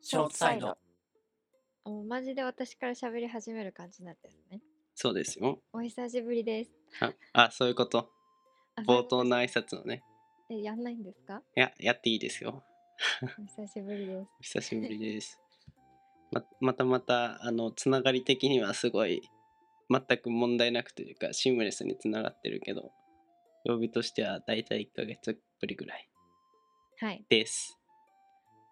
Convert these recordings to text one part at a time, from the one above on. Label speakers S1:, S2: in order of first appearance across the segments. S1: ショートサイド。
S2: おマジで私から喋り始める感じなんですね。
S1: そうですよ。
S2: お久しぶりです。
S1: あ、あそういうこと。
S2: あ
S1: 冒頭の挨拶のね。
S2: えやんないんですか？
S1: いや、やっていいですよ。
S2: お久しぶりです。
S1: お久しぶりです。ままたまた、あの、つながり的にはすごい、全く問題なくというか、シームレスにつながってるけど、曜日としてはだいたい1ヶ月ぶりぐらい
S2: はい。
S1: です。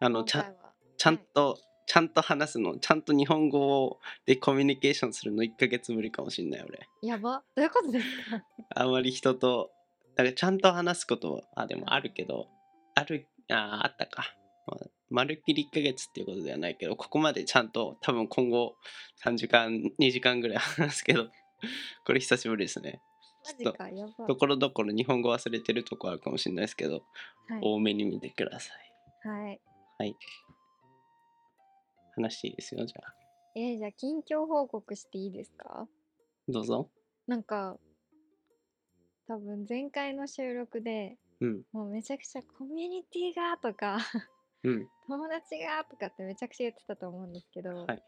S1: あの、ちゃ
S2: 今
S1: ん
S2: 回は
S1: ちゃんと、ちゃんと話すの、ちゃんと日本語をでコミュニケーションするの1ヶ月ぶりかもしんない、俺。
S2: やばどういうことです か？
S1: あんまり人と、だからちゃんと話すことは、あ、でもあるけど、ある、あ、あったか。まあまるっきり1ヶ月っていうことではないけど、ここまでちゃんと、多分今後3時間、2時間ぐらい話すけど、 これ久しぶりですね。
S2: マジかやば。
S1: ところどころ日本語忘れてるとこあるかもしれないですけど、
S2: はい
S1: 多めに見てください。
S2: はい。
S1: はい。話していいですよ、じゃあ。
S2: えーじゃあ近況報告していいですか？
S1: どうぞ。
S2: なんか多分前回の収録で
S1: うん、
S2: もうめちゃくちゃコミュニティがとか
S1: うん、
S2: 友達がとかってめちゃくちゃ言ってたと思うんですけど、
S1: はい。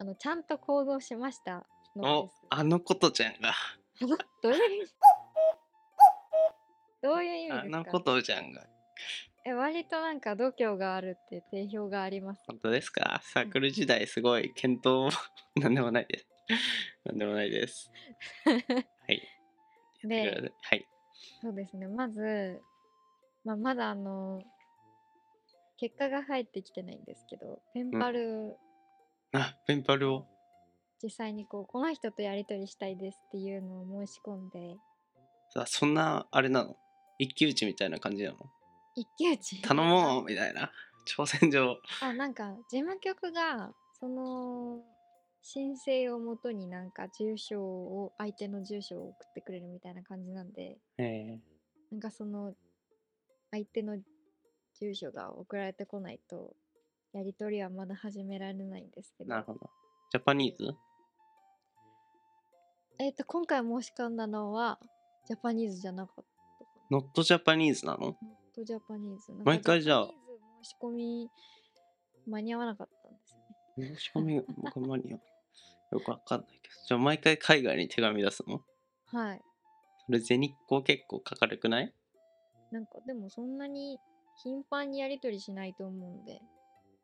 S2: あのちゃんと行動しましたの
S1: お
S2: です。、
S1: あのことちゃんが、
S2: どういう意味どういう意
S1: あ
S2: 味で
S1: の
S2: す
S1: こ
S2: か
S1: とちゃんが、
S2: え割となんか度胸があるって定評があります。
S1: 本当ですかサークル時代すごい検討なんでも ないです。なんでもないです。はい。やってく
S2: で
S1: ださいはい。
S2: そうですねまず、まあ、まだあの結果が入ってきてないんですけどペンパル
S1: あ、ペンパルを。
S2: 実際にこうこの人とやり取りしたいですっていうのを申し込んで
S1: さそんな、あれなの一騎打ちみたいな感じなの
S2: 一騎打ち
S1: 頼もうみたいな。挑戦状。
S2: あなんか事務局がその申請をもとになんか住所を相手の住所を送ってくれるみたいな感じなんで
S1: ええ
S2: なんかその相手の住所が送られてこないとやり取りはまだ始められないんですけど
S1: なるほど。ジャパニーズ
S2: えっ、と今回申し込んだのはジャパニーズじゃなかったか
S1: ノットジャパニーズなの
S2: なノットジャパニーズなんか
S1: 毎回じゃあ
S2: ジャパニーズ申し込み間に合わなかったんですよね
S1: 申し込みが、僕マニア。よくわかんないけど。じゃあ毎回海外に手紙出すの
S2: はい
S1: それ全日光結構かかるくない
S2: なんかでもそんなに頻繁にやり取りしないと思うんで、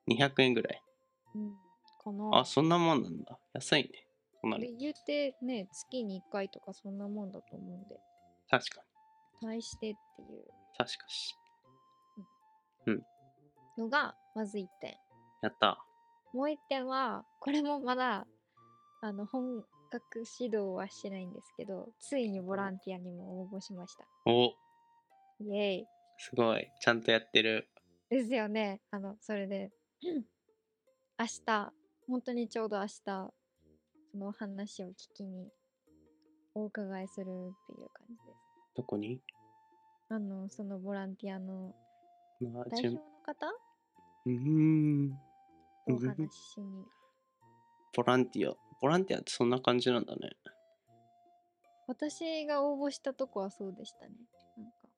S1: ?200 円ぐらい。
S2: うん、この
S1: あ、そんなもんなんだ。安いね。そうなる
S2: で言うてね月に1回とかそんなもんだと思うんで
S1: 確かに。
S2: 対してっていう
S1: 確かし。
S2: のがまず1点
S1: やった。
S2: もう1点はこれもまだあの本格指導はしてないんですけどついにボランティアにも応募しました
S1: お
S2: イエーイ
S1: すごい。ちゃんとやってる。
S2: ですよねあのそれで 明日本当にちょうど明日そのお話を聞きにお伺いするっていう感じです
S1: どこに
S2: あのそのボランティアの
S1: まあ、
S2: 代
S1: 順
S2: 表の方
S1: うーん。
S2: お
S1: うん
S2: 話ししに
S1: ボランティア。ボランティアってそんな感じなんだね。
S2: 私が応募したとこはそうでしたねなんか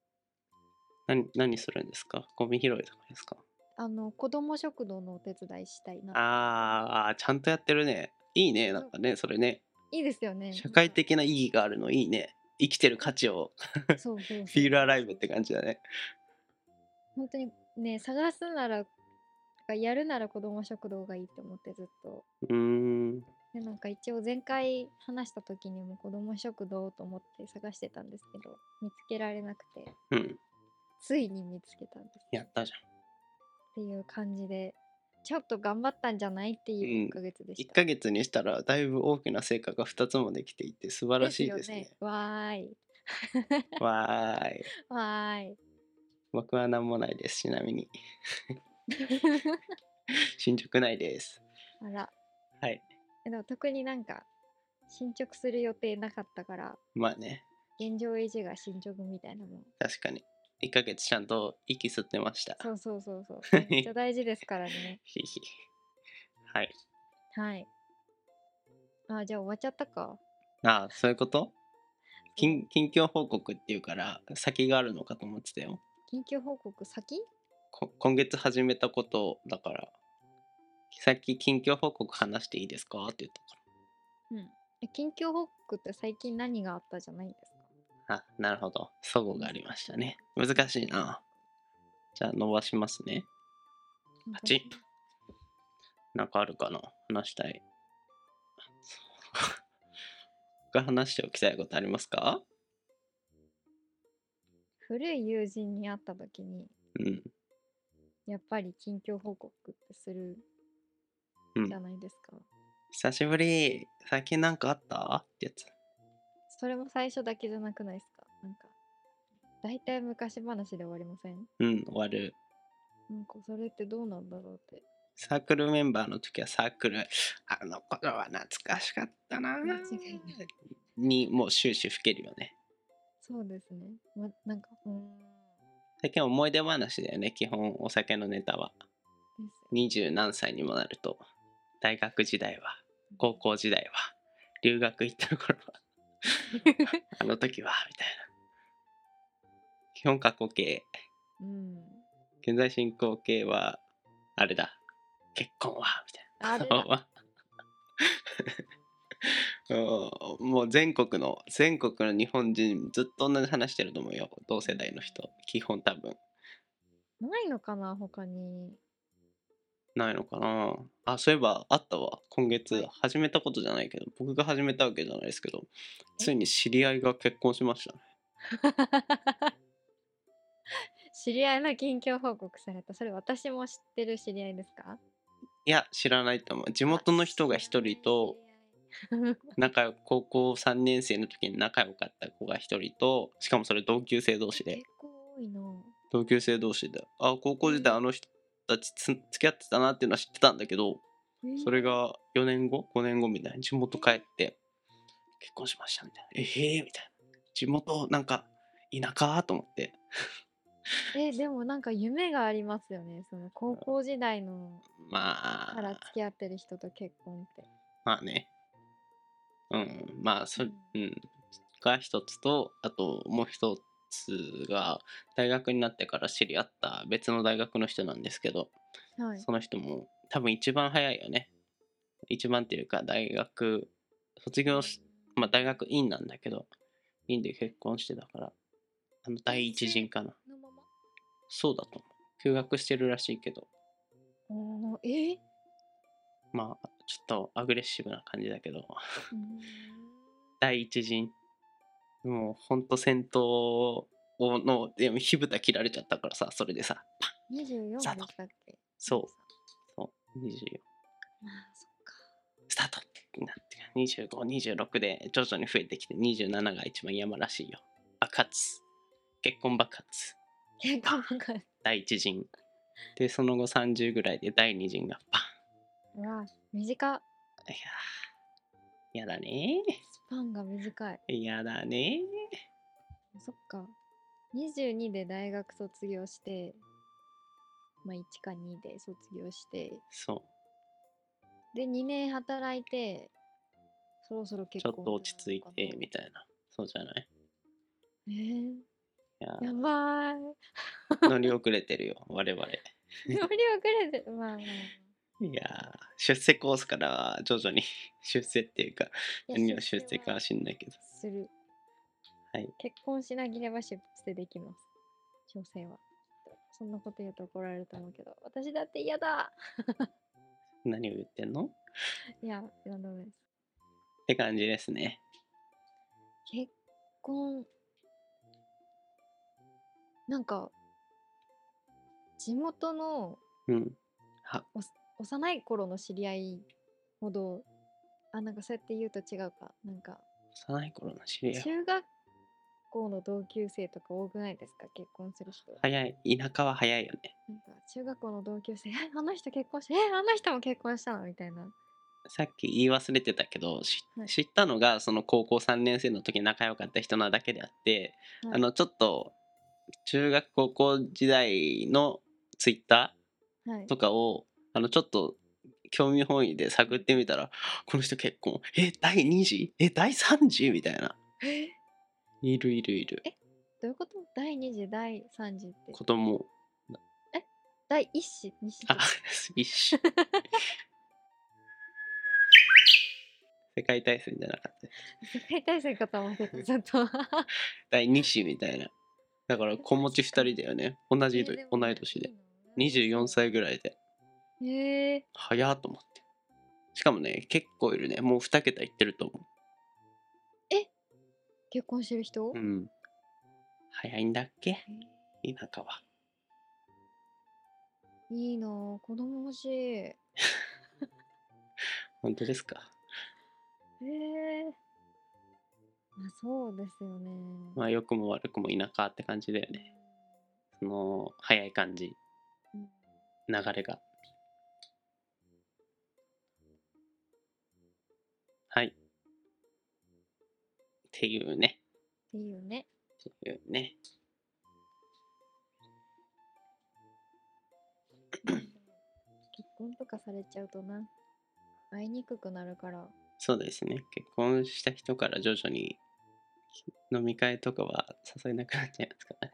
S1: 何、何するんですかゴミ拾いとかですか
S2: あの子ども食堂のお手伝いしたいな
S1: あーあー、ちゃんとやってるね。いいね。なんかね、それね。
S2: いいですよね
S1: 社会的な意義があるのいいね。生きてる価値を、
S2: なんかそうそうそう
S1: フィールアライブって感じだね。
S2: 本当にね探すならやるなら子ども食堂がいいと思ってずっと
S1: うーん。
S2: でなんか一応前回話した時にも子ども食堂と思って探してたんですけど見つけられなくて
S1: うん。
S2: ついに見つけたんです
S1: やったじゃん。
S2: っていう感じでちょっと頑張ったんじゃないって
S1: う
S2: い
S1: ん
S2: う1ヶ月でし
S1: 1
S2: た、
S1: ヶ月にしたら、だいぶ大きな成果が2つもできていて、素晴らしいですね。
S2: よわーい
S1: わーい。
S2: わーい
S1: 僕は何もないです、ちなみ に。進捗ないです。
S2: あら
S1: はい。
S2: えでも特になんか進捗する予定なかったから
S1: まあね、
S2: 現状維持が進捗みたいなもん
S1: 確かに。1ヶ月ちゃんと息吸ってました。
S2: そうそうそうそうめっちゃ大事ですからね
S1: ひひ。はい。
S2: はいあじゃあ終わっちゃったか
S1: ああ、そういうこと近近況報告っていうから、先があるのかと思ってたよ。
S2: 緊急報告先
S1: こ今月始めたことだから、さっき近況報告話していいですかって言ったか
S2: うん。え近況報告って最近何があったじゃないんです
S1: ら。あ、なるほど。そごがありましたね。難しいな。じゃあ伸ばしますね。
S2: か
S1: パチンなんかあるかな話したい。 他話しておきたいことありますか
S2: 古い友人に会った時に、
S1: うん。
S2: やっぱり近況報告ってする
S1: うん
S2: じゃないですか。
S1: 久しぶり。最近なんかあったってやつ。
S2: それも最初だけじゃなくないですかなんか、大体昔話で終わりません
S1: うん、終わる。
S2: なんかそれってどうなんだろうって。
S1: サークルメンバーの時はサークル、あの頃は懐かしかったな。
S2: 間違いな
S1: にもう終始吹けるよね。
S2: そうですね。ま、なんか、うーん。
S1: 最近思い出話だよね、基本お酒のネタは。
S2: です
S1: 二十何歳にもなると、大学時代は、高校時代は、留学行った頃は、あの時は、みたいな。基本過去形。
S2: うん。
S1: 現在進行形は、あれだ。結婚は、みたいな。
S2: あれだ
S1: うんもう全国の全国の日本人ずっと同じ話してると思うよ同世代の人基本多分
S2: ないのかな他に。
S1: ないのかなあそういえばあったわ今月始めたことじゃないけど僕が始めたわけじゃないですけどついに知り合いが結婚しましたね
S2: 知り合いの近況報告された。それ私も知ってる知り合いですか
S1: いや知らないと思う地元の人が一人と仲良く高校3年生の時に仲良かった子が一人としかもそれ同級生同士
S2: 知り合い
S1: で
S2: 結構多いな。
S1: 同級生同士であ高校時代あの人たちつ付き合ってたなっていうのは知ってたんだけど
S2: えー
S1: それが4年後5年後みたいな地元帰って結婚しましたみたいなえへえみたいな地元なんか田舎と思って
S2: えでもなんか夢がありますよね。その高校時代の
S1: ま
S2: から
S1: あ
S2: 付き合ってる人と結婚って。
S1: まあねうんまあそ
S2: うん
S1: うんが一つとあともう一つが大学になってから知り合った別の大学の人なんですけど
S2: はい。
S1: その人も多分一番早いよね。一番っていうか大学卒業し、まあ大学院なんだけど、院で結婚してたから、あの第一陣かな。
S2: のまま
S1: そうだと思う。休学してるらしいけど、
S2: おーえー
S1: まあちょっとアグレッシブな感じだけど、
S2: うーん
S1: 第一陣。もうほんと戦闘をの、でも火蓋切られちゃったからさ、それでさ、パン
S2: ?24 で
S1: さと
S2: したっけ
S1: そう、そう、24。
S2: まあそっか。
S1: スタートってなって2526で徐々に増えてきて27が一番山らしいよ爆発結婚爆発
S2: 結婚なんか、
S1: 第一陣でその後30ぐらいで第二陣がバ
S2: うわ、短っ。
S1: ンいやーやだね
S2: スパンが短い。
S1: ーやだね
S2: そっか。22で大学卒業して、まあ1か2で卒業して、
S1: ーそ
S2: で2年働いて、そろそろ
S1: う
S2: 結
S1: ちょ
S2: 婚。
S1: っと落ち着いてみたいなそうじゃない
S2: えー、
S1: いや
S2: やば ーい。
S1: ー乗り遅れてるよ我々
S2: 乗り遅れてる。まあまあまあ。
S1: いやー出世コースからは徐々に 出世っていうか
S2: いや
S1: 何が出世かは
S2: は
S1: 知んないけど
S2: する。
S1: はい
S2: 結婚しなければ出世できます。女性は。そんなこと言うと怒られると思うけど、私だって嫌だ
S1: 何を言ってんのっ
S2: いや、なんでもないです。
S1: て感じですね
S2: 結婚なんか地元の
S1: うん。は、
S2: 幼い頃の知り合いほどあなんかそうやって言うと違うかなんか
S1: 幼い頃の知り合い。
S2: 中学校の同級生とか多くないですか結婚する人は
S1: 早い、田舎は早いよね。
S2: なんか中学校の同級生え あの人結婚してえあの人も結婚したのみたいな
S1: さっき言い忘れてたけど、し
S2: はい
S1: 知ったのが、その高校3年生の時仲良かった人なだけであって、
S2: はい
S1: あの、ちょっと、中学高校時代のツイッタ
S2: はい
S1: ーとかを、あの、ちょっと、興味本位で探ってみたら、この人結婚、え、第2次え、第3次みたいな。
S2: え
S1: いるいるいる。
S2: どういうこと第2次第3次って
S1: 子供。
S2: 第1子2子
S1: あ、一緒。世界大戦じゃなかった。
S2: 世界 大戦かと思ってた、ちょっと。
S1: 第2子みたいな。だから子持ち2人だよね。同じと、同い年で。。24。歳ぐらいで。
S2: ええ
S1: 早っと思って。しかもね、結構いるね。もう2桁いってると思
S2: 結婚してる人、
S1: う。うん。早いんだっけ田舎は。
S2: いいなぁ子供欲しい。え
S1: 本当ですか。
S2: えまあそうですよね。
S1: まあ、良くも悪くも田舎って感じだよね。その、早い感じ。
S2: うん
S1: 流れが。はい。っていうね。
S2: いいよね。
S1: っていうね。
S2: 結婚とかされちゃうとな。会いにくくなるから。
S1: そうですね。結婚した人から徐々に飲み会とかは誘えなくなっちゃいますからね。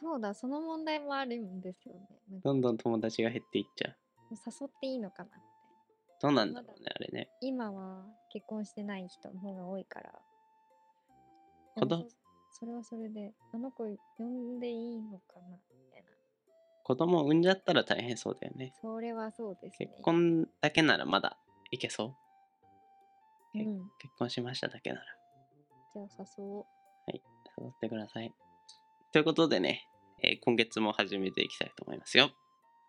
S2: そうだ、その問題もあるんですよね。なんか
S1: どんどん友達が減っていっちゃう。
S2: 誘っていいのかなって。
S1: どうなんだろうね、あれね。
S2: 今は結婚してない人の方が多いから。
S1: 子
S2: でも
S1: 供
S2: そそれはそれで、あの子呼んでいいのかなみたいな。
S1: 子供を産んじゃったら大変そうだよね。
S2: それはそうですね
S1: 結。婚だけならまだいけそう。
S2: うん。
S1: 結婚しましただけなら
S2: じゃあ誘おう。
S1: 誘ってください。ということでね、えー今月も始めていきたいと思いますよ。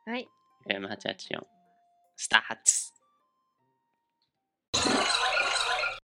S2: はい。
S1: FM884 スターツ